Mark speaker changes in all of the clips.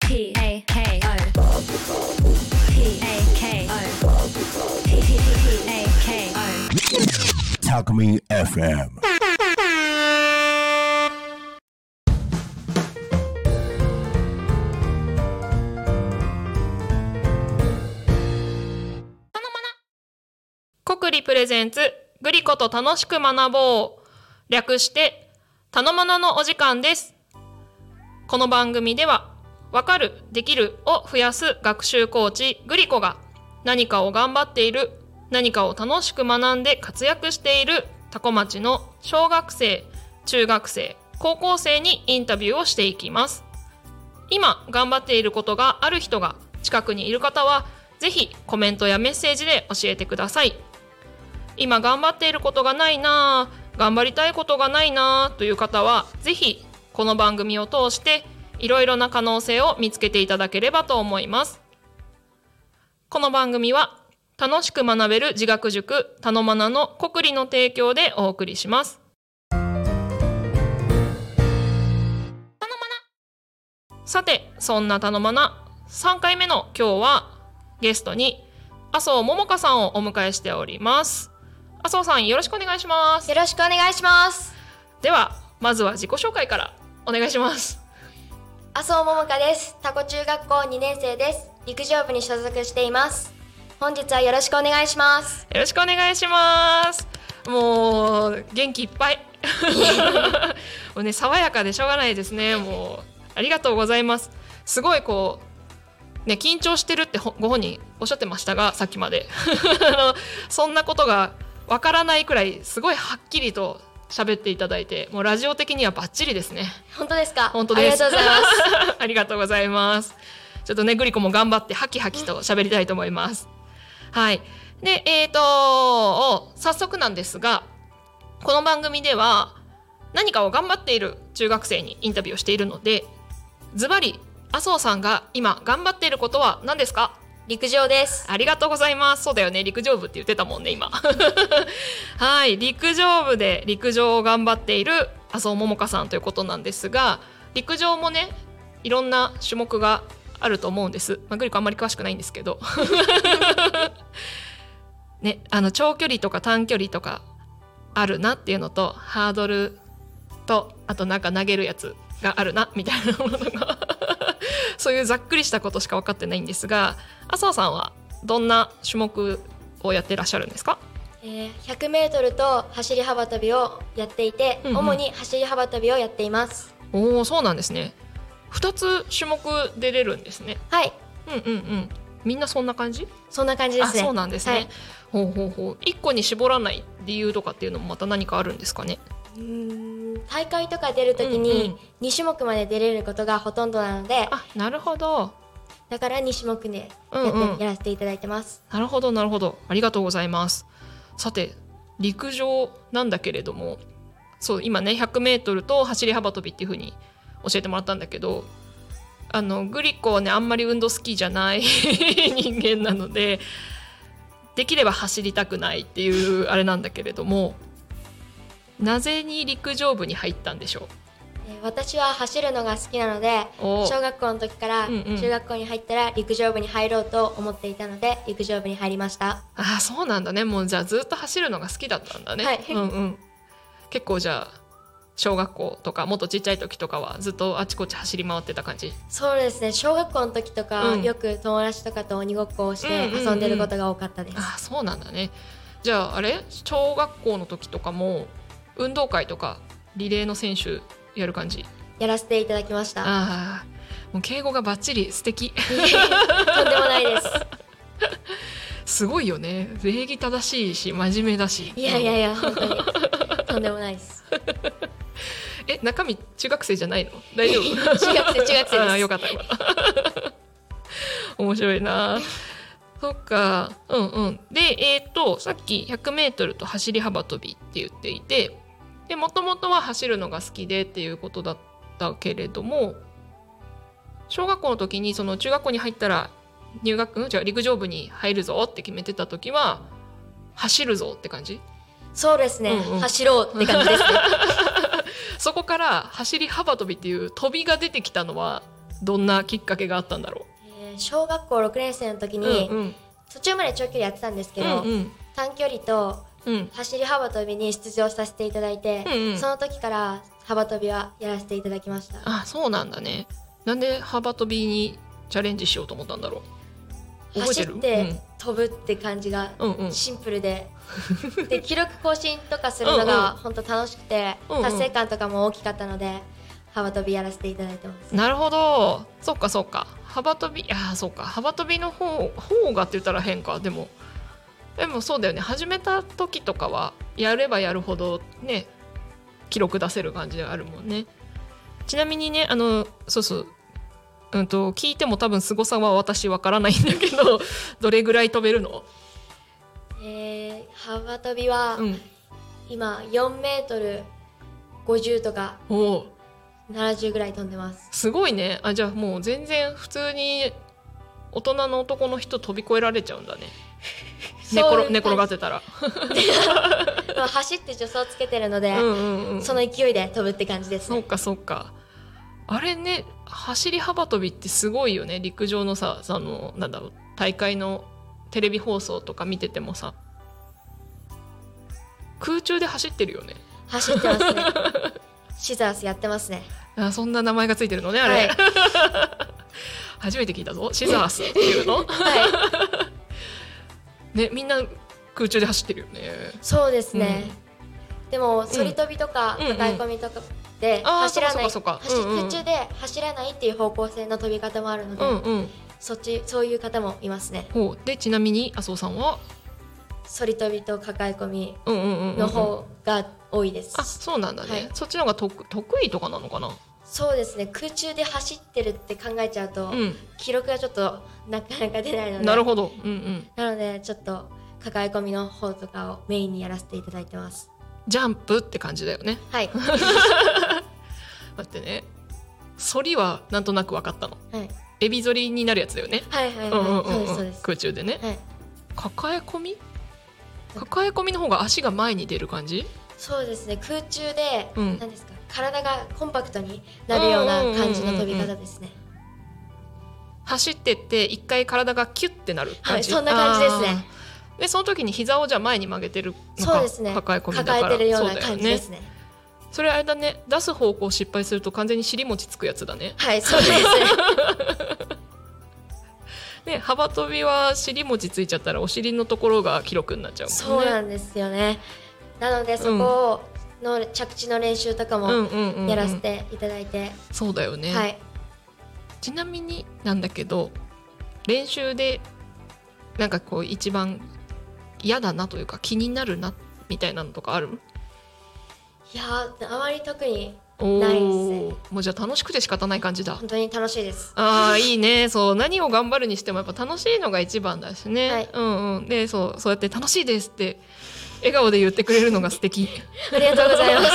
Speaker 1: P A K O P A K O P P P A K O
Speaker 2: Takumi FM.
Speaker 3: 国理プレゼンツグリコと楽しく学ぼう略してたのまなのお時間ですこの番組ではわかるできるを増やす学習コーチグリコが何かを頑張っている何かを楽しく学んで活躍しているタコ町の小学生中学生高校生にインタビューをしていきます今頑張っていることがある人が近くにいる方はぜひコメントやメッセージで教えてください今頑張っていることがないなあ頑張りたいことがないなあという方はぜひこの番組を通していろいろな可能性を見つけていただければと思いますこの番組は楽しく学べる自学塾たのまなの国理の提供でお送りしますさてそんなたのまな3回目の今日はゲストに麻生桃香さんをお迎えしております麻生さんよろしくお願いします
Speaker 4: よろしくお願いします。
Speaker 3: ではまずは自己紹介からお願いします
Speaker 4: 麻生桃香です。タコ中学校2年生です。陸上部に所属しています。本日はよろしくお願いします。
Speaker 3: よろしくお願いしますもう元気いっぱいもうね爽やかでしょうがないですねもうありがとうございますすごいこうね緊張してるってほご本人おっしゃってましたがさっきまで あのそんなことがわからないくらいすごいはっきりと喋っていただいてもうラジオ的にはバッチリですね
Speaker 4: 本当ですか
Speaker 3: 本当です
Speaker 4: ありがとうございます。
Speaker 3: ありがとうございます。ちょっとね、グリコも頑張って、ハキハキと喋りたいと思います。はい。で、えっ、と、早速なんですが、この番組では、何かを頑張っている中学生にインタビューをしているので、ズバリ、麻生さんが今頑張っていることは何ですか
Speaker 4: 陸上です。
Speaker 3: ありがとうございます。そうだよね。陸上部って言ってたもんね、今。 はい。陸上部で陸上を頑張っている麻生桃香さんということなんですが、陸上もね、いろんな種目があると思うんです。まあ、グリコあんまり詳しくないんですけど。 ね、あの、長距離とか短距離とかあるなっていうのと、ハードルと、あとなんか投げるやつがあるな、みたいなものが。 そういうざっくりしたことしか分かってないんですが麻生さんはどんな種目をやってらっしゃるんですか
Speaker 4: えー、100メートルと走り幅跳びをやっていて、
Speaker 3: うんうん
Speaker 4: 主に走り幅跳びをやっています。
Speaker 3: おおそうなんですね2つ種目出れるんですね
Speaker 4: はい、
Speaker 3: うんうんうんみんなそんな感じ
Speaker 4: そんな感じで
Speaker 3: あ
Speaker 4: すね。
Speaker 3: そうなんですね、
Speaker 4: はい
Speaker 3: ほうほうほう1個に絞らない理由とかっていうのもまた何かあるんですかね
Speaker 4: うーん大会とか出るとき
Speaker 3: うんう
Speaker 4: に
Speaker 3: ん
Speaker 4: 2種目まで出れることがほとんどなので、
Speaker 3: あなるほど
Speaker 4: だから2種目で
Speaker 3: うん
Speaker 4: やって、
Speaker 3: うん
Speaker 4: やらせていただいてます。
Speaker 3: なるほどなるほどありがとうございますさて陸上なんだけれどもそう今ね 100m と走り幅跳びっていう風に教えてもらったんだけどあのグリコはねあんまり運動好きじゃない 人間なのでできれば走りたくないっていうあれなんだけれどもなぜに陸上部に入ったんでしょ
Speaker 4: えー私は走るのが好きなので、
Speaker 3: うお
Speaker 4: 小学校の時から
Speaker 3: うんうん
Speaker 4: 中学校に入ったら陸上部に入ろうと思っていたので陸上部に入りました
Speaker 3: ああそうなんだねもうじゃあずっと走るのが好きだったんだね、
Speaker 4: はい
Speaker 3: うんうん、結構じゃあ小学校とかもっとちっちゃい時とかはずっとあちこち走り回ってた感じ
Speaker 4: そうですね小学校の時とか、
Speaker 3: うん
Speaker 4: よく友達とかと鬼ごっこをして
Speaker 3: うんうんうん
Speaker 4: 遊んでることが多かったです、
Speaker 3: ああそうなんだねじゃああれ小学校の時とかも運動会とかリレーの選手やる感じ
Speaker 4: やらせていただきました
Speaker 3: ああもう敬語がバッチリ素敵
Speaker 4: とんでもないです
Speaker 3: すごいよね礼儀正しいし真面目だし
Speaker 4: いやいやいや本当に とんでもないです
Speaker 3: え中身中学生じゃないの大丈夫中
Speaker 4: 学生 中学生です
Speaker 3: あーよかったよかった 面白いなそっかうんうんでえっ、とさっき 100m と走り幅跳びって言っていてでもともとは走るのが好きでっていうことだったけれども小学校の時にその中学校に入ったら入学じゃ陸上部に入るぞって決めてた時は走るぞって感じ
Speaker 4: そうですね、
Speaker 3: うんうん
Speaker 4: 走ろうって感じ ですね
Speaker 3: そこから走り幅跳びっていう飛びが出てきたのはどんなきっかけがあったんだろ
Speaker 4: えー小学校6年生の時
Speaker 3: う。
Speaker 4: に、
Speaker 3: うん
Speaker 4: 途中まで長距離やってたんですけ
Speaker 3: う
Speaker 4: ど、
Speaker 3: んうん
Speaker 4: 短距離と
Speaker 3: うん。
Speaker 4: 走り幅跳びに出場させていただいて、
Speaker 3: うんうん
Speaker 4: その時から幅跳びはやらせていただきました
Speaker 3: あ、そうなんだね。なんで幅跳びにチャレンジしようと思ったんだろう。覚え
Speaker 4: 走
Speaker 3: て
Speaker 4: っ
Speaker 3: る？
Speaker 4: て飛ぶって感じが
Speaker 3: うんうん
Speaker 4: シンプ ルで、で記録更新とかするの
Speaker 3: うん
Speaker 4: が本当楽しくて、
Speaker 3: うんうん
Speaker 4: 達成感とかも大きかったので幅跳びやらせていただいてます
Speaker 3: うん。なるほど。そっかそっか。幅跳び、あー、そうか。幅跳びの方方がって言ったら変か。でも、でもそうだよね。始めた時とかはやればやるほどね、記録出せる感じであるもんね。ちなみにね、あのそうそう。うんと聞いても多分凄さは私わからないんだけど、 どれぐらい飛べるの？
Speaker 4: えー幅跳びは
Speaker 3: うん。
Speaker 4: 今4メートル50とか
Speaker 3: おお。
Speaker 4: 70ぐらい飛んで ます
Speaker 3: すごいねあじゃあもう全然普通に大人の男の人飛び越えられちゃうんだね寝
Speaker 4: そういう
Speaker 3: 転
Speaker 4: 感じ
Speaker 3: 寝転がってたら
Speaker 4: まあ走って助走つけてるので、
Speaker 3: うんうんうん
Speaker 4: その勢いで飛ぶって感じです
Speaker 3: そう
Speaker 4: ね
Speaker 3: かそうかあれね走り幅跳びってすごいよね陸上のさそのなんだろう大会のテレビ放送とか見ててもさ空中で走ってるよね
Speaker 4: 走ってま すねシザースやってますね
Speaker 3: あそんな名前がついてるのねあれ、
Speaker 4: はい、
Speaker 3: 初めて聞いたぞシザースっていうの
Speaker 4: はい、
Speaker 3: ねみんな空中で走ってるよね
Speaker 4: そうですね、でも反り跳びとか
Speaker 3: うん
Speaker 4: 抱え込みとかで
Speaker 3: あー
Speaker 4: 走らない、
Speaker 3: そうかそうかそ
Speaker 4: 走
Speaker 3: うかうんうん
Speaker 4: 空中で走らないっていう方向性の飛び方もあるので、
Speaker 3: うんうん
Speaker 4: そっちそういう方もいますね
Speaker 3: ほうでちなみに麻生さんは
Speaker 4: 反り跳びと抱え込み
Speaker 3: うんうんうんうん
Speaker 4: の方が多いです、
Speaker 3: あそうなんだね、
Speaker 4: はい
Speaker 3: そっちの方が得得意とかなのかな
Speaker 4: そうですね空中で走ってるって考えちゃうと、
Speaker 3: うん
Speaker 4: 記録がちょっとなかなか出ないので
Speaker 3: なるほどうんうん
Speaker 4: なのでちょっと抱え込みの方とかをメインにやらせていただいてます
Speaker 3: ジャンプって感じだよね
Speaker 4: はい
Speaker 3: 待ってね反りはなんとなく分かったの
Speaker 4: はい
Speaker 3: エビ反りになるやつだよね
Speaker 4: はいは
Speaker 3: う
Speaker 4: い
Speaker 3: んうん
Speaker 4: は
Speaker 3: う
Speaker 4: い、
Speaker 3: ん
Speaker 4: そう
Speaker 3: う
Speaker 4: で
Speaker 3: ん
Speaker 4: すそう
Speaker 3: 空中でね
Speaker 4: ですはい
Speaker 3: 抱え込み抱え込みの方が足が前に出る感じ
Speaker 4: そうですね空中で、
Speaker 3: うん
Speaker 4: 何ですか体がコンパクトになるような感じの飛び方ですね、
Speaker 3: 走ってって一回体がキュッてなる
Speaker 4: は
Speaker 3: 感
Speaker 4: い
Speaker 3: じ、
Speaker 4: そんな感じですね
Speaker 3: あーでその時に膝をじゃあ前に曲げてるのか
Speaker 4: そうですね
Speaker 3: 抱え込みだから
Speaker 4: 抱えてるような
Speaker 3: そだ
Speaker 4: 感じですね
Speaker 3: それあれだね出す方向失敗すると完全に尻餅つくやつだね
Speaker 4: はいそうですね
Speaker 3: で幅跳びは尻餅ついちゃったらお尻のところが記録になっちゃうもんね
Speaker 4: そうなんですよねなのでそこの着地の練習とか
Speaker 3: うん
Speaker 4: も
Speaker 3: うんうんうん
Speaker 4: やらせていただいて、
Speaker 3: そうだよね、
Speaker 4: はい
Speaker 3: ちなみになんだけど練習でなんかこう一番嫌だなというか気になるなみたいなのとかある
Speaker 4: いやーあまり特に
Speaker 3: お
Speaker 4: ないです
Speaker 3: ーもうじゃあ楽しくて仕方ない感じだ
Speaker 4: 本当に楽しいです
Speaker 3: あーいいねそう何を頑張るにしてもやっぱ楽しいのが一番だしね、
Speaker 4: はい
Speaker 3: うんうんでそうそうやって楽しいですって笑顔で言ってくれるのが素敵
Speaker 4: ありがとうござい ます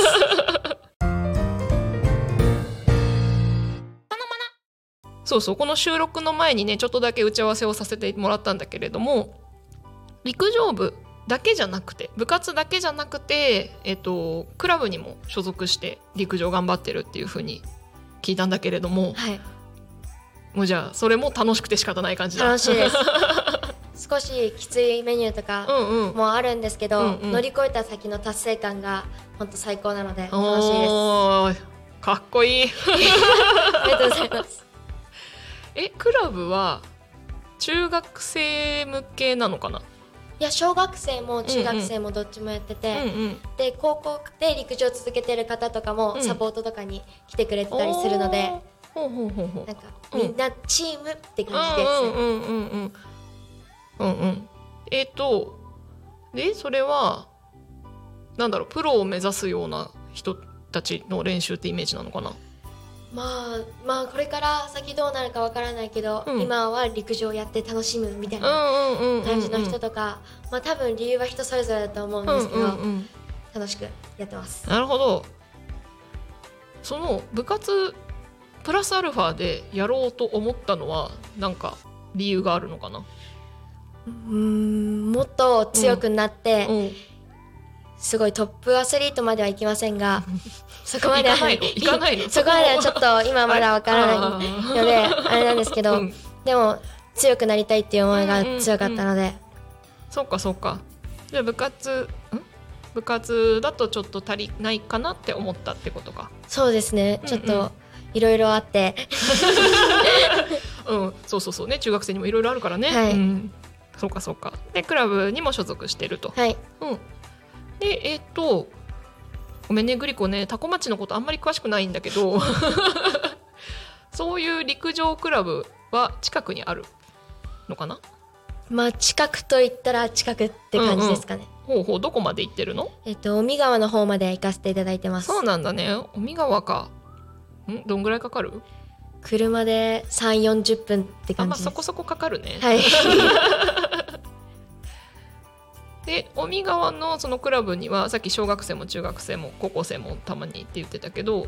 Speaker 3: そうそうこの収録の前にねちょっとだけ打ち合わせをさせてもらったんだけれども陸上部だけじゃなくて部活だけじゃなくて、えっと、クラブにも所属して陸上頑張ってるっていうふうに聞いたんだけれども
Speaker 4: はい
Speaker 3: もうじゃあそれも楽しくて仕方ない感じだ
Speaker 4: 楽しいです少しきついメニューとか、
Speaker 3: うんうん
Speaker 4: もあるんですけど、
Speaker 3: うんうん
Speaker 4: 乗り越えた先の達成感が本当最高なので楽しいです。
Speaker 3: おーかっこいい
Speaker 4: ありがとうございます。
Speaker 3: えクラブは中学生向けなのかな、
Speaker 4: いや小学生も中学生もどっちもやって
Speaker 3: う
Speaker 4: て、
Speaker 3: んうん
Speaker 4: で高校で陸上続けてる方とか
Speaker 3: う
Speaker 4: も
Speaker 3: ん
Speaker 4: サポートとかに来てくれてたりするので、
Speaker 3: おーほうほうほうほう
Speaker 4: なんか
Speaker 3: うん
Speaker 4: みんなチームって感じです、
Speaker 3: うんう
Speaker 4: ね
Speaker 3: んうんうんうんうんうんえっ、とでそれはなんだろうプロを目指すような人たちの練習ってイメージなのかな
Speaker 4: まあまあこれから先どうなるかわからないけど、
Speaker 3: うん
Speaker 4: 今は陸上やって楽しむみたいな
Speaker 3: うんうんうんうんうん
Speaker 4: 感じの人とか、まあ多分理由は人それぞれだと思うんですけど、
Speaker 3: うんうんうん
Speaker 4: 楽しくやってます。
Speaker 3: なるほどその部活プラスアルファでやろうと思ったのはなんか理由があるのかな
Speaker 4: うーんもっと強くなって、
Speaker 3: うん
Speaker 4: すごいトップアスリートまではいきませんが、そこまで
Speaker 3: 行かないの行かないの
Speaker 4: そこまではちょっと今まだわからないの で、あれなんですけど、
Speaker 3: うん
Speaker 4: でも強くなりたいっていう思いが強かったので、
Speaker 3: そうかそうかじゃあ部活ん部活だとちょっと足りないかなって思ったってことか
Speaker 4: そうですね、ちょっといろいろあって、
Speaker 3: うんそうそうそうね中学生にもいろいろあるからね、
Speaker 4: はい
Speaker 3: うんそうかそうかでクラブにも所属してると、
Speaker 4: はい、
Speaker 3: うんでえっとごめんねグリコねタコ町のことあんまり詳しくないんだけどそういう陸上クラブは近くにあるのかな
Speaker 4: まあ近くと言ったら近くって感じですかね。
Speaker 3: ほうほうどこまで行ってるの
Speaker 4: えっと海川の方まで行かせていただいてます。
Speaker 3: そうなんだね尾身川かんどんぐらいかかる
Speaker 4: 車で三四十分って
Speaker 3: あ
Speaker 4: 感
Speaker 3: まあ
Speaker 4: じです。
Speaker 3: そこそこかかるね、
Speaker 4: はい。
Speaker 3: で尾身川のそのクラブにはさっき小学生も中学生も高校生もたまにって言ってたけど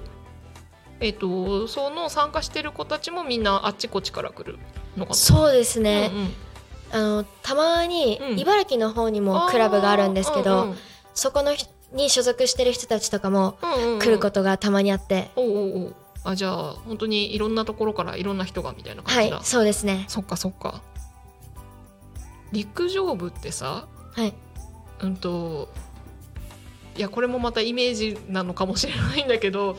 Speaker 3: えっ、とその参加してる子たちもみんなあっちこっちから来るのかな
Speaker 4: そうです
Speaker 3: う
Speaker 4: ね。
Speaker 3: んうん
Speaker 4: あのたまに
Speaker 3: うん
Speaker 4: 茨城の方にもクラブがあるんですけど、
Speaker 3: あー
Speaker 4: そこのひに所属してる人たちとかも
Speaker 3: うんうんうんうん
Speaker 4: 来ることがたまにあって、
Speaker 3: おうおうおうあじゃあ本当にいろんなところからいろんな人がみたいな感
Speaker 4: は
Speaker 3: じ
Speaker 4: い
Speaker 3: だ、
Speaker 4: そうですね
Speaker 3: そっかそっか陸上部ってさ
Speaker 4: はい
Speaker 3: うんといやこれもまたイメージなのかもしれないんだけど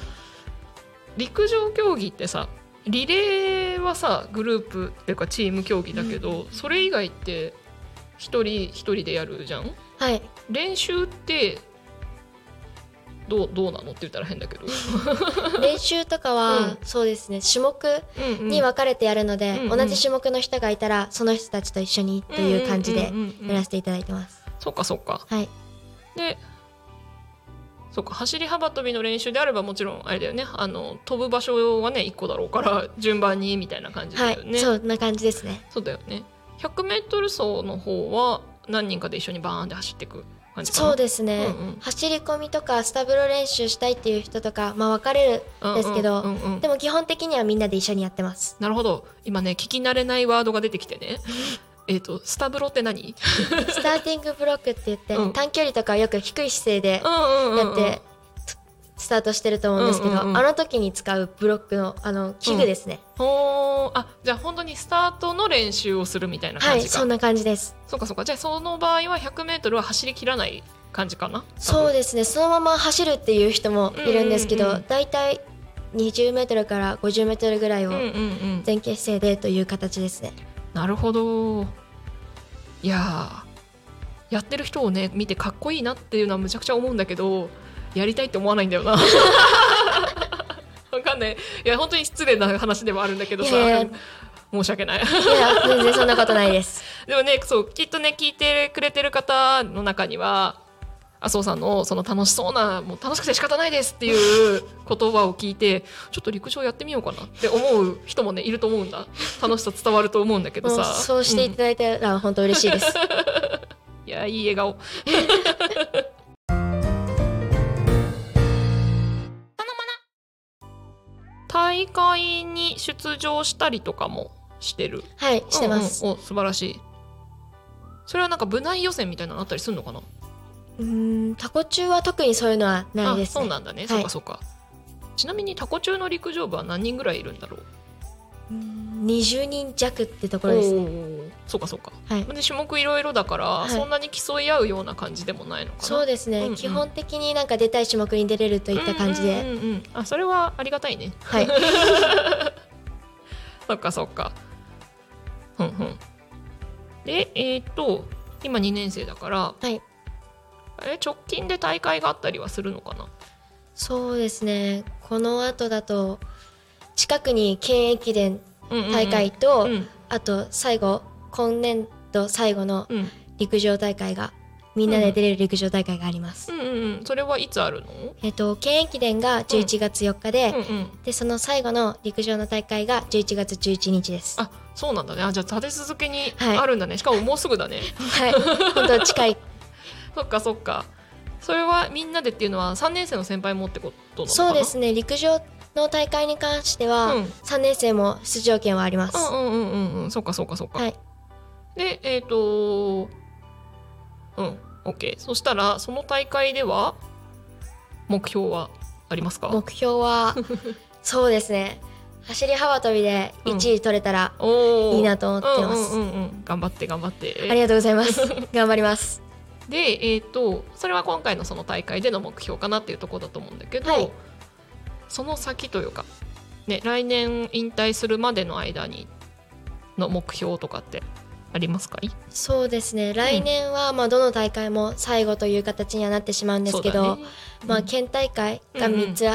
Speaker 3: 陸上競技ってさリレーはさグループっていうかチーム競技だけど、それ以外って一人一人でやるじゃん
Speaker 4: はい
Speaker 3: 練習ってどうどうなのって言ったら変だ けど、
Speaker 4: 練習とかは、
Speaker 3: うん
Speaker 4: そうですね種目
Speaker 3: うんうん
Speaker 4: に分かれてやるので、
Speaker 3: うんうん
Speaker 4: 同じ種目の人がいたらその人たちと一緒にという感じで
Speaker 3: うんうんうんうん
Speaker 4: やらせていただいてます、
Speaker 3: そうかそうか
Speaker 4: はい
Speaker 3: でそうか走り幅跳びの練習であればもちろんあれだよねあの飛ぶ場所はね1個だろうから 順番にみたいな感じだ
Speaker 4: は
Speaker 3: よね、
Speaker 4: いそんな感じですね
Speaker 3: そうだよね 100m 走の方は何人かで一緒にバーンって走っていく感じかな
Speaker 4: そうですね、
Speaker 3: うんうん
Speaker 4: 走り込みとかスタブル練習したいっていう人とかまあ分かれるんですけど、
Speaker 3: うんうんうんうん
Speaker 4: でも基本的にはみんなで一緒にやっ てます
Speaker 3: なるほど今ね聞き慣れないワードが出てきてねえっとスタブロって何
Speaker 4: スターティングブロックって言って、
Speaker 3: うん
Speaker 4: 短距離とかよく低い姿勢で
Speaker 3: う
Speaker 4: や
Speaker 3: んうんうん
Speaker 4: っ
Speaker 3: うん
Speaker 4: てスタートしてると思うんですけど、
Speaker 3: うんうんうん
Speaker 4: あの時に使うブロックのあの器具ですね、
Speaker 3: ほーあじゃあ本当にスタートの練習をするみたいな
Speaker 4: は
Speaker 3: 感
Speaker 4: い
Speaker 3: じか、
Speaker 4: そんな感じです
Speaker 3: そうかそうかじゃあその場合は 100m は走りきらない感じかな
Speaker 4: そうですねそのまま走るっていう人もいるんですけ
Speaker 3: うんうん
Speaker 4: ど、
Speaker 3: うん
Speaker 4: だいたい20メートルから50メートルぐらいを
Speaker 3: うんうんうん
Speaker 4: 前傾姿勢でという形ですね、
Speaker 3: なるほどいやーやってる人をね見てかっこいいなっていうのはむちゃくちゃ思うんだけどやりたいって思わないんだよ なわかんないいや本当に失礼な話ではあるんだけどさ
Speaker 4: いやいや
Speaker 3: 申し訳ない
Speaker 4: いや全然そんなことないです
Speaker 3: でもねそうきっとね聞いてくれてる方の中には麻生さんのその楽しそうなもう楽しくて仕方ないですっていう言葉を聞いてちょっと陸上やってみようかなって思う人もねいると思うんだ楽しさ伝わると思うんだけど
Speaker 4: もう
Speaker 3: さ
Speaker 4: そうしてい
Speaker 3: ん
Speaker 4: ただいたら本当嬉しいです、
Speaker 3: いやいい笑顔 大会に出場したりとかもしてる
Speaker 4: はいしてます、
Speaker 3: うんうんお素晴らしいそれはなんか部内予選みたいなのあったりするのかな
Speaker 4: うーんタコ中は特にそういうのはないで
Speaker 3: あ
Speaker 4: す
Speaker 3: そう
Speaker 4: ね
Speaker 3: なんだね、
Speaker 4: い
Speaker 3: そうかそうかちなみにタコ中の陸上部は何人ぐらいいるんだろう
Speaker 4: うーん20人弱ってところですね
Speaker 3: おーそうかそうか
Speaker 4: はい
Speaker 3: で種目いろいろだから、
Speaker 4: い
Speaker 3: そんなに競い合うような感じでもないのかな
Speaker 4: そうですね、
Speaker 3: うんうん
Speaker 4: 基本的になんか出たい種目に出れるといった感じで、
Speaker 3: うんうんうんうんあそれはありがたいね
Speaker 4: はい
Speaker 3: そっかそっか。ふんふん。で、えーっと、今2年生だから、
Speaker 4: はい
Speaker 3: あれ直近で大会があったりはするのかな
Speaker 4: そうですねこの後だと近くに県駅伝大会と、
Speaker 3: うんうん
Speaker 4: あと最後今年度最後の
Speaker 3: うん、うん
Speaker 4: 陸上大会がみんなで出れる陸上大会があります、
Speaker 3: うんうんうんそれはいつあるの
Speaker 4: えっと県駅伝が11月4日で、
Speaker 3: うんうん。
Speaker 4: でその最後の陸上の大会が11月11日ですは
Speaker 3: あそうなんだね。あじゃあ立て続けに
Speaker 4: はい
Speaker 3: あるんだね。しかももうすぐだね。
Speaker 4: い本当近い
Speaker 3: そっかそっか。それはみんなでっていうのは3年生の先輩もってことなのかな
Speaker 4: そうですね陸上の大会に関しては、
Speaker 3: うん
Speaker 4: 3年生も出場権はあります、
Speaker 3: うんうんうんうんうん。そっかそっかそっか。
Speaker 4: はい
Speaker 3: でえっ、とうん OK そしたらその大会では目標はありますか
Speaker 4: 目標 はそうですね走り幅跳びで1位取れたら、
Speaker 3: おー
Speaker 4: いいなと思ってます
Speaker 3: うんうんうんうん頑張って頑張って
Speaker 4: ありがとうございます 頑張ります
Speaker 3: でえっ、とそれは今回のその大会での目標かなっていうところだと思うんだけど、
Speaker 4: はい
Speaker 3: その先というか、ね、来年引退するまでの間にの目標とかってありますかい
Speaker 4: そうですね来年はまあどの大会も最後という形にはなってしまうんですけ
Speaker 3: そう
Speaker 4: ど、
Speaker 3: だね
Speaker 4: まあ、県大会が
Speaker 3: うんうん
Speaker 4: 3つ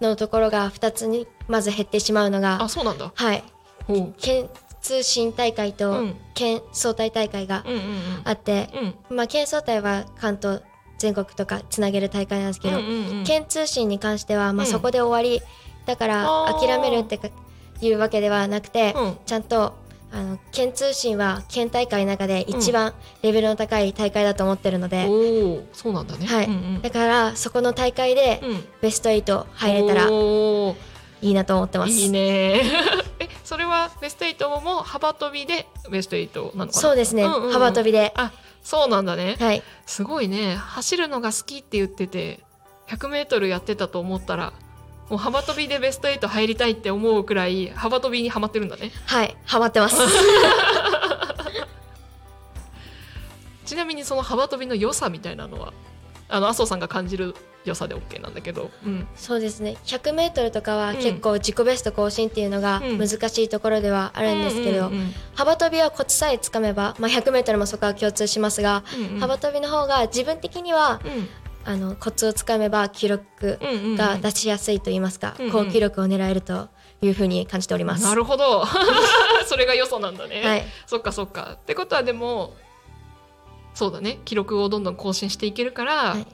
Speaker 4: のところが2つにまず減ってしまうのが、
Speaker 3: あそうなんだ
Speaker 4: はい
Speaker 3: ほううん
Speaker 4: 県通信大会
Speaker 3: う
Speaker 4: と
Speaker 3: ん
Speaker 4: 県総体大会が
Speaker 3: うんうん
Speaker 4: あって、
Speaker 3: うん
Speaker 4: まあ、県総体は関東全国とかつなげる大会なんですけど、
Speaker 3: うんうんうん
Speaker 4: 県通信に関しては、まあ、
Speaker 3: うん
Speaker 4: そこで終わり、だから
Speaker 3: あー
Speaker 4: 諦めるってかいうわけではなくて、
Speaker 3: うん
Speaker 4: ちゃんとあの県通信は県大会の中で一番レベルの高い大会だと思ってるので、
Speaker 3: おおそうなんだね
Speaker 4: はい
Speaker 3: うんうん
Speaker 4: だからそこの大会で
Speaker 3: うん
Speaker 4: ベスト8入れたら
Speaker 3: おー
Speaker 4: いいなと思ってます。
Speaker 3: いいね えそれはベスト8も幅跳びでベスト8なのかな
Speaker 4: そうですね、
Speaker 3: んんうん
Speaker 4: 幅跳びで、
Speaker 3: あそうなんだね、
Speaker 4: はい、
Speaker 3: すごいね走るのが好きって言ってて 100m やってたと思ったらもう幅跳びでベスト8入りたいって思うくらい幅跳びにはまってるんだね
Speaker 4: はい、ハマってます。
Speaker 3: ちなみにその幅跳びの良さみたいなのはあの麻生さんが感じる良さで OK なんだけど、うん、
Speaker 4: そうですね、100メートルとかは
Speaker 3: うん
Speaker 4: 結構自己ベスト更新っていうのが
Speaker 3: うん
Speaker 4: 難しいところではあるんですけど、
Speaker 3: うんうん
Speaker 4: 幅跳びはコツさえつかめば、まあ、100メートルもそこは共通しますが、
Speaker 3: うんうん
Speaker 4: 幅跳びの方が自分的には
Speaker 3: うん
Speaker 4: あのコツをつかめば記録
Speaker 3: うんうんうん
Speaker 4: が出しやすいと言いますか、
Speaker 3: うんうん
Speaker 4: 高記録を狙えるというふうに感じております。
Speaker 3: なるほど それが良さなんだね、
Speaker 4: はい
Speaker 3: そっかそっかってことはでもそうだね記録をどんどん更新していけるから、
Speaker 4: はい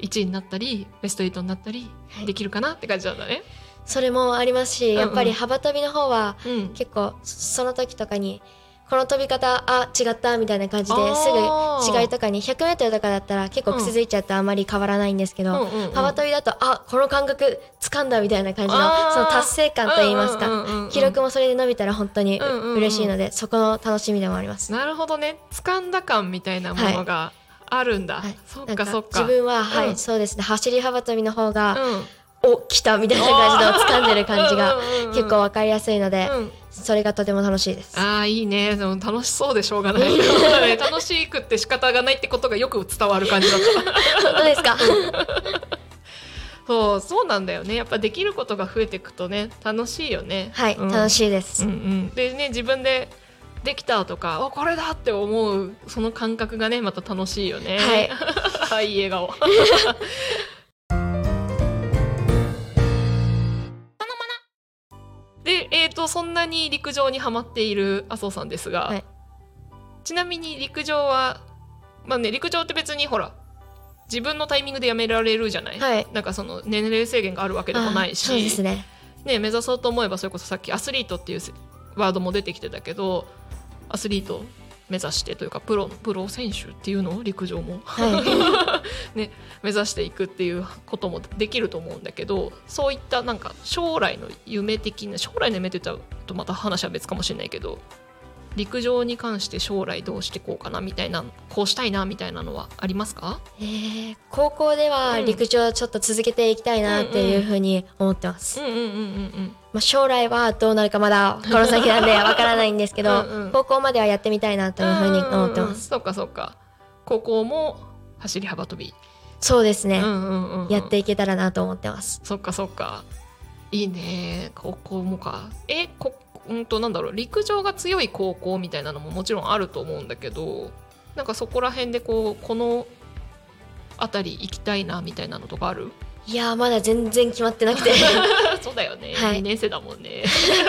Speaker 3: 1位になったりベスト8になったり
Speaker 4: はい
Speaker 3: できるかなって感じなんだね、
Speaker 4: それもありますし、
Speaker 3: うんうん
Speaker 4: やっぱり幅跳びの方は
Speaker 3: うん
Speaker 4: 結構その時とかにこの飛び方あ違ったみたいな感じ
Speaker 3: あ
Speaker 4: で
Speaker 3: ー
Speaker 4: すぐ違いとかに 100m とかだったら結構くすづいちゃってあまり変わらないんですけど、
Speaker 3: うんうんうん
Speaker 4: 幅跳びだとあこの感覚掴んだみたいな感じの
Speaker 3: あー
Speaker 4: その達成感といいますか、
Speaker 3: うんうんうんうん
Speaker 4: 記録もそれで伸びたら本当にう
Speaker 3: うんうんうん
Speaker 4: 嬉しいのでそこの楽しみでもあります。
Speaker 3: なるほどね掴んだ感みたいなものがあるんだ、
Speaker 4: はい
Speaker 3: そっ
Speaker 4: なん
Speaker 3: かそっか
Speaker 4: 自分は、はい
Speaker 3: うん
Speaker 4: そうですね走り幅跳びの方が、
Speaker 3: うん
Speaker 4: お来たみたいな感じの掴んでる感じが
Speaker 3: うんうんうんうん
Speaker 4: 結構わかりやすいので、
Speaker 3: うん
Speaker 4: それがとても楽しいです。
Speaker 3: あーいいねでも楽しそうでしょうがない そうだね楽しくって仕方がないってことがよく伝わる感じだった
Speaker 4: 本当ですか
Speaker 3: そうそうなんだよねやっぱできることが増えていくとね楽しいよね
Speaker 4: はい、
Speaker 3: うん、
Speaker 4: 楽
Speaker 3: い、
Speaker 4: しいです。
Speaker 3: うんうん、でね自分でできたとかあこれだって思うその感覚がねまた楽しいよね
Speaker 4: はい
Speaker 3: はいいい笑 顔でえー、とそんなに陸上にはまっている麻生さんですが、
Speaker 4: はい
Speaker 3: ちなみに陸上はまあね陸上って別にほら自分のタイミングでやめられるじゃない、
Speaker 4: はい
Speaker 3: なんかその年齢制限があるわけでもないし
Speaker 4: あそうですね
Speaker 3: ね、目指そうと思えばそれこそさっきアスリートっていうせワードも出てきてたけどアスリートを目指してというかプロプロ選手っていうのを陸上も、
Speaker 4: は
Speaker 3: ね、目指していくっていうこともできると思うんだけどそういったなんか将来の夢的な将来の夢って言っちゃうとまた話は別かもしれないけど陸上に関して将来どうしてこうかなみたいなこうしたいなみたいなのはありますか
Speaker 4: えー高校では
Speaker 3: うん
Speaker 4: 陸上ちょっと続けていきたいなっていうふうに思ってます、
Speaker 3: うんうんうんうん
Speaker 4: まあ、将来はどうなるかま だこの先なんでわからないんですけど
Speaker 3: うんうん
Speaker 4: 高校まではやってみたいなというふうに思って
Speaker 3: うんうんうん
Speaker 4: ます
Speaker 3: そうかそうか高校も走り幅跳び
Speaker 4: そうですね、
Speaker 3: うんうんうんうん
Speaker 4: やっていけたらなと思ってます
Speaker 3: そっかそっかいいね高校もかえこうんとなんだろう陸上が強い高校みたいなのももちろんあると思うんだけどなんかそこら辺でこうこの辺り行きたいなみたいなのとかある
Speaker 4: いやーまだ全然決まってな くて
Speaker 3: そうだよね、
Speaker 4: はい
Speaker 3: 2年生だもんね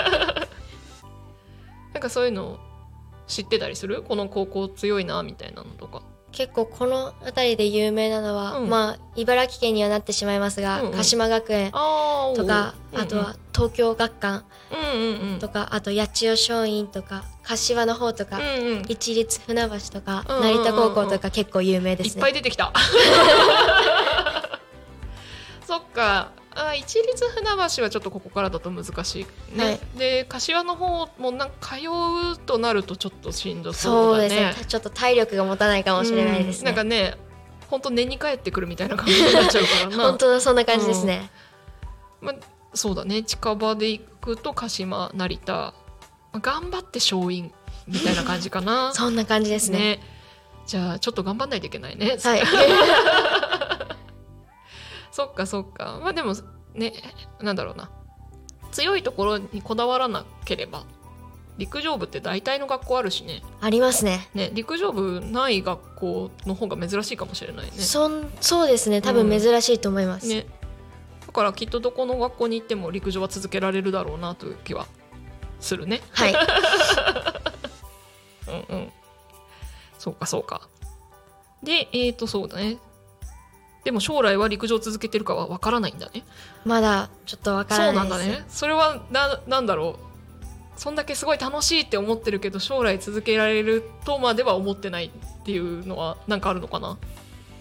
Speaker 3: なんかそういうの知ってたりするこの高校強いなみたいなのとか
Speaker 4: 結構この辺りで有名なのは、
Speaker 3: うん
Speaker 4: まあ茨城県にはなってしまいますが、
Speaker 3: うんうん
Speaker 4: 鹿島学園
Speaker 3: あー
Speaker 4: とか、
Speaker 3: うんうん
Speaker 4: あとは東京学館
Speaker 3: うんうんうん
Speaker 4: とか、あと八千代松陰とか柏の方とか、
Speaker 3: うんうん
Speaker 4: 一律船橋とか、
Speaker 3: うんうんうんうん
Speaker 4: 成田高校とか結構有名で
Speaker 3: いっ
Speaker 4: す
Speaker 3: ぱい
Speaker 4: ね。
Speaker 3: 出てきた。そっか、あ一律船橋はちょっとここからだと難しいね、
Speaker 4: はい
Speaker 3: で柏の方もなんか通うとなるとちょっとしんどそ
Speaker 4: そうう
Speaker 3: だ
Speaker 4: で
Speaker 3: ね
Speaker 4: すねちょっと体力が持たないかもしれないですね、
Speaker 3: うんなんかね本当寝に帰ってくるみたいな感じになっちゃうからな
Speaker 4: 本当だそんな感じですね、
Speaker 3: まあ、そうだね近場で行くと鹿島成田、まあ、頑張って勝因みたいな感じかな
Speaker 4: そんな感じですね
Speaker 3: じゃあちょっと頑張んないといけないね、
Speaker 4: はい
Speaker 3: そっかそっかまあでもねなんだろうな強いところにこだわらなければ陸上部って大体の学校あるしね
Speaker 4: ありますね
Speaker 3: ね陸上部ない学校の方が珍しいかもしれないね
Speaker 4: そんそうですね多分
Speaker 3: うん
Speaker 4: 珍しいと思います、
Speaker 3: ねだからきっとどこの学校に行っても陸上は続けられるだろうなという気はするね
Speaker 4: はい
Speaker 3: うんうん。そうか、そうか。で、えっ、ー、と、そうだね。でも将来は陸上を続けてるかはわからないんだね。
Speaker 4: まだちょっとわか
Speaker 3: そう
Speaker 4: ら
Speaker 3: な
Speaker 4: な
Speaker 3: ん
Speaker 4: いで
Speaker 3: だ
Speaker 4: す
Speaker 3: ね。それはな、なんだろう。そんだけすごい楽しいって思ってるけど、将来続けられるとまでは思ってないっていうのは、なんかあるのかな。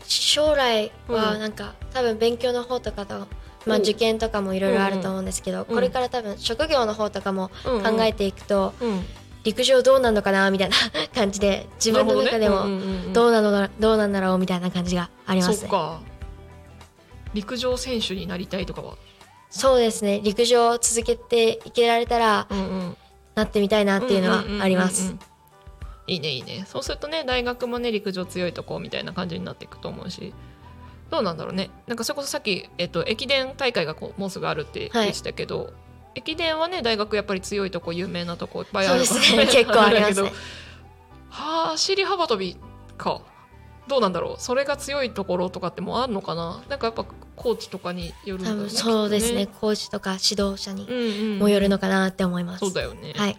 Speaker 4: 将来
Speaker 3: う
Speaker 4: は
Speaker 3: ん
Speaker 4: なんか、多分勉強の方とかと、まあ、
Speaker 3: うん
Speaker 4: 受験とかもいろいろあると思うんですけど、これから多分職業の方とかも
Speaker 3: うんうん
Speaker 4: 考えていくと、
Speaker 3: うん。
Speaker 4: 陸上どうなんのかなみた いな感じで自分の中で
Speaker 3: なるほどね
Speaker 4: も
Speaker 3: うんうんうん
Speaker 4: どうなのだどうなんだろうみたいな感じがありま
Speaker 3: そ
Speaker 4: す
Speaker 3: う
Speaker 4: ね。
Speaker 3: か。陸上選手になりたいとかは。
Speaker 4: そうですね陸上を続けていけられたら
Speaker 3: うんうん。
Speaker 4: なってみたいなっていうのはありま
Speaker 3: うんうん
Speaker 4: す
Speaker 3: うんうん。いいねいいねそうするとね大学もね陸上強いとこみたいな感じになっていくと思うしどうなんだろうねなんかそれこそさっき、えっと、駅伝大会がこうもうすぐあるって
Speaker 4: はい
Speaker 3: 言ってたけど、駅伝はね大学やっぱり強いとこ有名なとこいっぱいあるから、
Speaker 4: そうですね結構ありま
Speaker 3: れだけ
Speaker 4: すね
Speaker 3: どはあ走り幅跳びかどうなんだろうそれが強いところとかってもうあんのかななんかやっぱコーチとかによるんだ
Speaker 4: 多
Speaker 3: よね
Speaker 4: 分そうですね
Speaker 3: きっ
Speaker 4: コーチとか指導者
Speaker 3: と
Speaker 4: に
Speaker 3: ねうんうん
Speaker 4: もよるのかなって思います。
Speaker 3: そうだよね、
Speaker 4: はい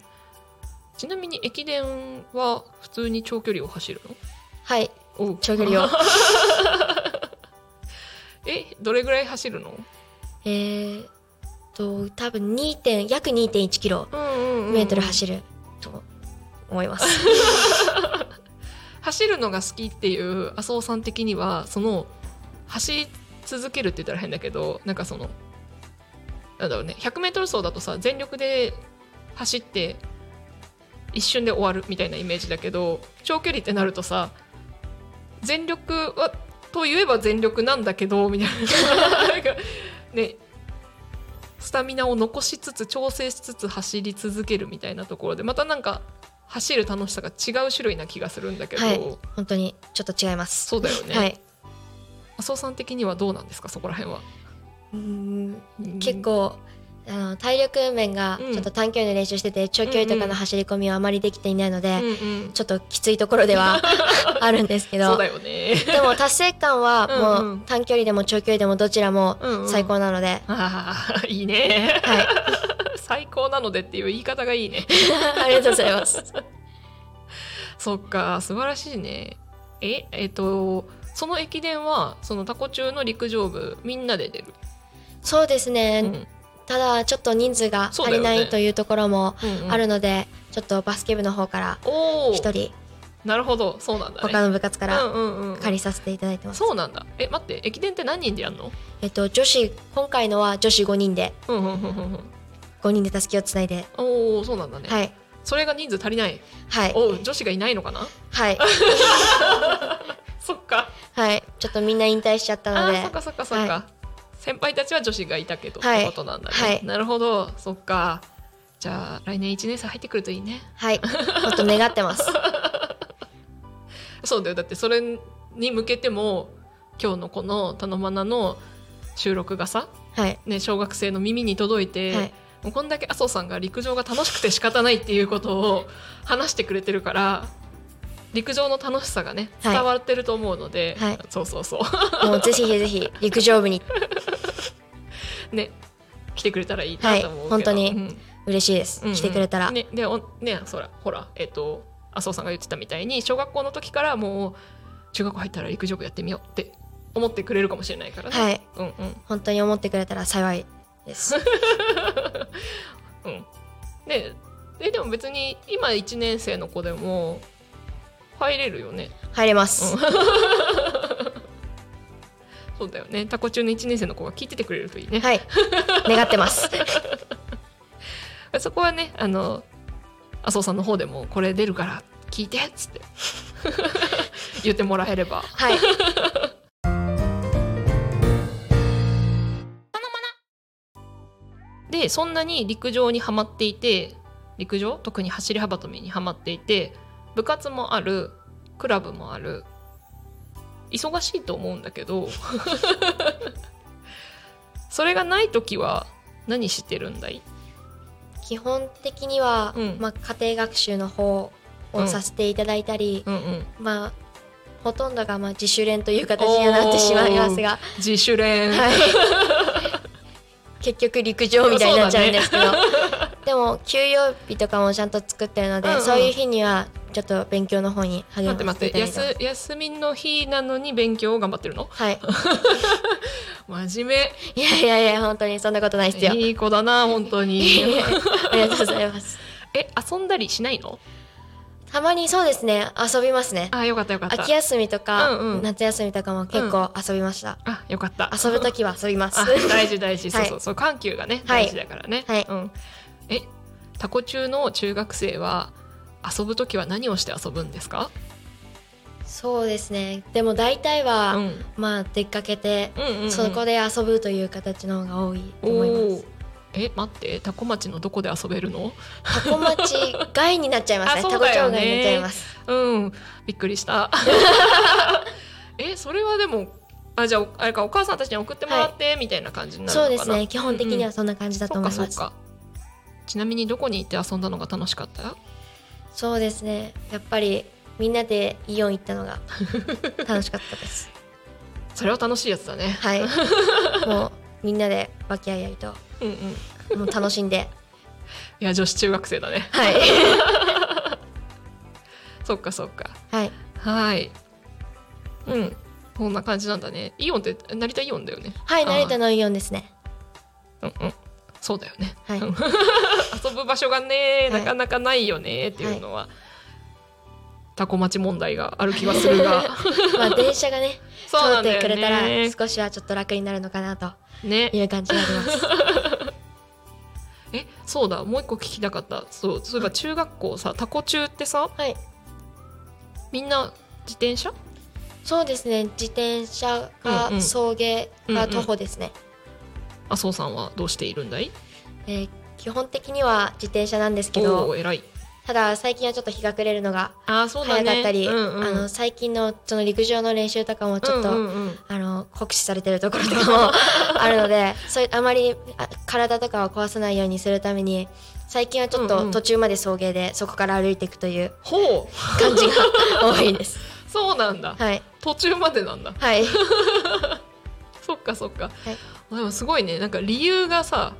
Speaker 3: ちなみに駅伝は普通に長距離を走るの
Speaker 4: はい
Speaker 3: おう
Speaker 4: 長距離を
Speaker 3: えどれぐらい走るの、
Speaker 4: えーっと多分2点約2.1キロメートル走ると思います。
Speaker 3: 走るのが好きっていう麻生さん的にはその走り続けるって言ったら変だけどなんかそのなんだろうね 100m 走だとさ全力で走って一瞬で終わるみたいなイメージだけど長距離ってなるとさ全力はと言えば全力なんだけどみたいななんかねスタミナを残しつつ調整しつつ走り続けるみたいなところでまたなんか走る楽しさが違う種類な気がするんだけど、
Speaker 4: はい本当にちょっと違います。
Speaker 3: そうだよね
Speaker 4: はい。
Speaker 3: 麻生さん的にはどうなんですかそこら辺は。
Speaker 4: うーん結構あの体力面が
Speaker 3: うん
Speaker 4: ちょっと短距離の練習してて、長距離とかの走り込みはあまりできていないので、
Speaker 3: うんうん
Speaker 4: ちょっときついところ ではあるんですけ
Speaker 3: そ
Speaker 4: ど
Speaker 3: うだよね。
Speaker 4: でも達成感は
Speaker 3: うんう
Speaker 4: も
Speaker 3: ん
Speaker 4: う短距離でも長距離でもどちらも
Speaker 3: うんうん
Speaker 4: 最高なので、
Speaker 3: ああいいね。
Speaker 4: はい
Speaker 3: 最高なのでっていう言い方がいいね。
Speaker 4: ありがとうございます
Speaker 3: そっか素晴らしいね。ええっとその駅伝はそのタコ中の陸上部みんなで出る。
Speaker 4: そうですね、
Speaker 3: うん
Speaker 4: ただちょっと人数が足り
Speaker 3: そうだ
Speaker 4: な
Speaker 3: よね
Speaker 4: いというところも
Speaker 3: うんうん
Speaker 4: あるので、ちょっとバスケ部の方から
Speaker 3: おお。
Speaker 4: 一人
Speaker 3: なるほどそうなんだね。
Speaker 4: 他の部活から
Speaker 3: うんうんうん、
Speaker 4: 借りさせていただいてます、
Speaker 3: そうなんだ。え待って駅伝って何人でやんの？
Speaker 4: えっと女子今回のは女子5人で
Speaker 3: うんうんうんうんうん。
Speaker 4: 5人でたすきをつないで
Speaker 3: おおそうなんだね。
Speaker 4: はい
Speaker 3: それが人数足りない。
Speaker 4: はい
Speaker 3: おう女子がいないのかな？
Speaker 4: はい
Speaker 3: そっか。
Speaker 4: はいちょっとみんな引退しちゃった
Speaker 3: あ
Speaker 4: の
Speaker 3: あ
Speaker 4: で
Speaker 3: ーそっかそっかそっか、
Speaker 4: は
Speaker 3: 先輩たちは女子がいたけど、
Speaker 4: はい
Speaker 3: ってことなんだね、
Speaker 4: はい
Speaker 3: なるほどそっかじゃあ来年1年生入ってくるといいね
Speaker 4: はいもっと願ってます
Speaker 3: そうだよだってそれに向けても今日のこの「たのまな」の収録がさ、
Speaker 4: はい
Speaker 3: ね、小学生の耳に届いて、
Speaker 4: はい
Speaker 3: もうこんだけ麻生さんが陸上が楽しくて仕方ないっていうことを話してくれてるから陸上の楽しさがね
Speaker 4: はい
Speaker 3: 伝わってると思うので、
Speaker 4: はい
Speaker 3: そうそう そ
Speaker 4: もうぜひぜひ陸上部に
Speaker 3: うね来てくれたらいいなと思うけど、
Speaker 4: はい本当に
Speaker 3: うん
Speaker 4: 嬉しいです、
Speaker 3: うんうん
Speaker 4: 来てくれたら、
Speaker 3: ねでおねそらほらえっ、と麻生さんが言ってたみたいに小学校の時からもう中学校入ったら陸上部やってみようって思ってくれるかもしれないからね。
Speaker 4: はい
Speaker 3: うんうん
Speaker 4: 本当に思ってくれたら幸いです
Speaker 3: うん。でえでも別に今1年生の子でも入れるよね。
Speaker 4: 入れます、
Speaker 3: そうだよねタコ中の1年生の子が聞いててくれるといいね、
Speaker 4: はい。願って ます。
Speaker 3: そこはねあの麻生さんの方でもこれ出るから聞いてっつって 言ってもらえれば
Speaker 4: はい。
Speaker 3: でそんなに陸上にはまっていて陸上特に走り幅跳びにはまっていて部活もあるクラブもある忙しいと思うんだけど それがない時は何してるんだい
Speaker 4: 基本的には、
Speaker 3: うん
Speaker 4: まあ、家庭学習の方をさせていただいたり、
Speaker 3: うんうん
Speaker 4: まあ、ほとんどがまあ自主練という形にはなってしまいますが、
Speaker 3: 自主練、
Speaker 4: はい、結局陸上みたいになっちゃうんですけど、でも休養日とかもちゃんと作ってるので、
Speaker 3: うんうん
Speaker 4: そういう日にはちょっと勉強の方に励
Speaker 3: 待
Speaker 4: ま
Speaker 3: って
Speaker 4: せて
Speaker 3: 待っ
Speaker 4: い
Speaker 3: て
Speaker 4: ただいてます
Speaker 3: 休休みの日なのに勉強を頑張ってるの
Speaker 4: はい、
Speaker 3: 真面
Speaker 4: いやいやいや本当にそんなことないですよ
Speaker 3: 目いい子だな本当に
Speaker 4: ありがとうございます
Speaker 3: え遊んだりしないの
Speaker 4: たまにそうですね遊びますね
Speaker 3: あよかったよかった
Speaker 4: 秋休みとか、
Speaker 3: うんうん
Speaker 4: 夏休みとかも結構遊びました、
Speaker 3: あよかった
Speaker 4: 遊ぶときは遊びます
Speaker 3: あ大事大事、
Speaker 4: は
Speaker 3: そう
Speaker 4: い
Speaker 3: そうそう緩急がね
Speaker 4: はい
Speaker 3: 大事だからね、
Speaker 4: はい
Speaker 3: うん、えタコ中の中学生は遊ぶ時は何をして遊ぶんですか、
Speaker 4: そうですねでも大体は、
Speaker 3: うん、
Speaker 4: まあ出かけて、
Speaker 3: うんうんうん
Speaker 4: そこで遊ぶという形の方が多いと
Speaker 3: お
Speaker 4: 思いま
Speaker 3: ー
Speaker 4: す
Speaker 3: え待ってタコ町のどこで遊べるの
Speaker 4: タコ町外になっちゃいます ね
Speaker 3: あそ
Speaker 4: タ
Speaker 3: う
Speaker 4: コ町
Speaker 3: だよ
Speaker 4: 外に
Speaker 3: ね
Speaker 4: なっちゃいます
Speaker 3: うんびっくりした えそれはでもあじゃああれかお母さんたちに送ってもらって、みたいな感じになるの
Speaker 4: そう
Speaker 3: かな
Speaker 4: ですね基本的にはそんな感じだと
Speaker 3: そう
Speaker 4: 思い
Speaker 3: か
Speaker 4: ます、
Speaker 3: そうかちなみにどこに行って遊んだのが楽しかった
Speaker 4: そうですねやっぱりみんなでイオン行ったの が楽しかったです
Speaker 3: それは楽しいやつだね
Speaker 4: はいもうみんなで和気あいあいと
Speaker 3: うんうんい
Speaker 4: もう楽しんで
Speaker 3: や女子中学生だね
Speaker 4: はい
Speaker 3: そっかそっか
Speaker 4: はい
Speaker 3: はい。うん。こんな感じなんだね。イオンって成田イオンだよね。
Speaker 4: はい成田
Speaker 3: の。
Speaker 4: のイオンですね
Speaker 3: うんうん。そうだよね。
Speaker 4: はい
Speaker 3: 遊ぶ場所がね、
Speaker 4: はい
Speaker 3: なかなかないよねっていうのは、タコ町問題がある気がする が。
Speaker 4: まあ電車がね 通
Speaker 3: そうな
Speaker 4: っ
Speaker 3: んだ
Speaker 4: て
Speaker 3: よ
Speaker 4: くれたら
Speaker 3: ね。
Speaker 4: 少しはちょっと楽になるのかなと
Speaker 3: ね。
Speaker 4: いう感じがあります
Speaker 3: え、そうだ。もう一個聞きたかった。そう、そういえば中学校さ、タコ中ってさ、
Speaker 4: はい
Speaker 3: みんな自転車？
Speaker 4: そうですね自転車
Speaker 3: うんう
Speaker 4: が
Speaker 3: ん
Speaker 4: 送迎
Speaker 3: うんう
Speaker 4: が
Speaker 3: ん
Speaker 4: 徒歩ですね、
Speaker 3: 麻生さんはどうしているんだい？
Speaker 4: えー基本的には自転車なんですけ
Speaker 3: おお
Speaker 4: ど
Speaker 3: ー、偉い。
Speaker 4: ただ最近はちょっと日が暮れるのが
Speaker 3: あー、そうだ
Speaker 4: 早
Speaker 3: ね。
Speaker 4: かったり、
Speaker 3: うんうん
Speaker 4: あの最近のその陸上の練習とかもちょっと、
Speaker 3: うんうんうん
Speaker 4: あの酷使されてるところとかも あるのでそうあまりあ体とかを壊さないようにするために最近はちょっ
Speaker 3: うんう
Speaker 4: と
Speaker 3: ん
Speaker 4: 途中まで送迎でそこから歩いていく という
Speaker 3: ほう。
Speaker 4: 感じが多いです。
Speaker 3: そうなんだ。
Speaker 4: はい、
Speaker 3: 途中までなんだ。
Speaker 4: はい、
Speaker 3: そっかそっか、
Speaker 4: はい
Speaker 3: でもすごいねなんか理由がさ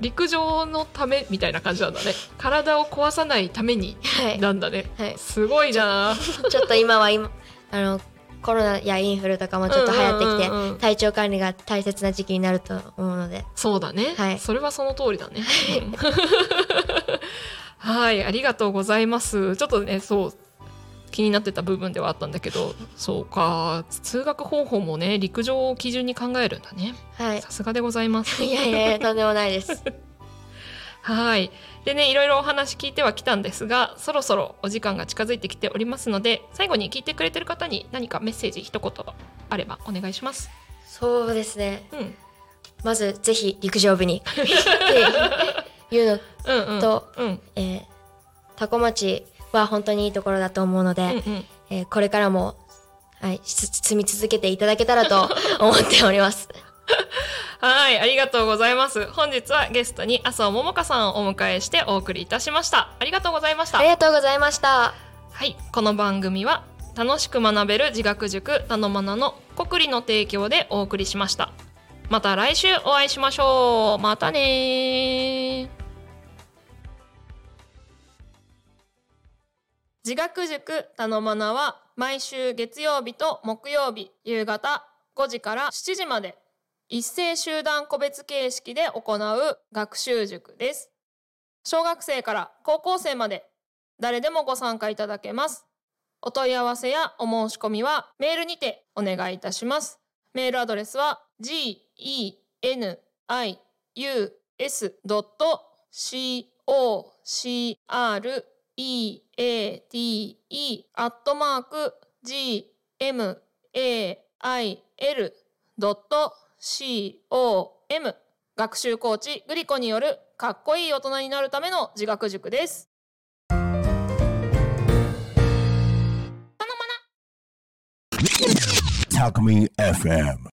Speaker 3: 陸上のためみたいな感じなんだね体を壊さないために
Speaker 4: はい
Speaker 3: なんだね、
Speaker 4: はい
Speaker 3: すごいな
Speaker 4: ちょっと今は今あのコロナやインフルとかもちょっと流行ってきて、
Speaker 3: うんうんうんうん
Speaker 4: 体調管理が大切な時期になると思うので
Speaker 3: そうだね、
Speaker 4: はい
Speaker 3: それはその通りだねうん はいありがとうございますちょっとねそう気になってた部分ではあったんだけどそうか通学方法もね陸上を基準に考えるんだね
Speaker 4: はい
Speaker 3: さすがでございます
Speaker 4: いやいやいやとんでもないです
Speaker 3: はい。でね、いろいろお話聞いてはきたんですが、そろそろお時間が近づいてきておりますので、最後に聞いてくれてる方に何かメッセージ一言あればお願いします。
Speaker 4: そうですね
Speaker 3: うん。うん
Speaker 4: まずぜひ陸上部にっていうの、
Speaker 3: うん。
Speaker 4: と
Speaker 3: うん。うん
Speaker 4: えー、タコ町は本当にいいところだと思うので、
Speaker 3: うん。
Speaker 4: えーこれからも、はい、し住み続けていただけたらと思っております
Speaker 3: はい。ありがとうございます。本日はゲストに麻生桃香さんをお迎えしてお送りいたしました。ありがとうござい ました
Speaker 4: あり。がとうございました
Speaker 3: はい、この番組は楽しく学べる自学塾たのまなの国理の提供でお送りしました。また来週お会いしましょう。またねー。自学塾たのまなは毎週月曜日と木曜日夕方5時から7時まで一斉集団個別形式で行う学習塾です。小学生から高校生まで誰でもご参加いただけます。お問い合わせやお申し込みはメールにてお願いいたします。メールアドレスは genius.coreade.gmail.com 学習コーチグリコによるかっこいい大人になるための自学塾です。
Speaker 2: Talk Me FM.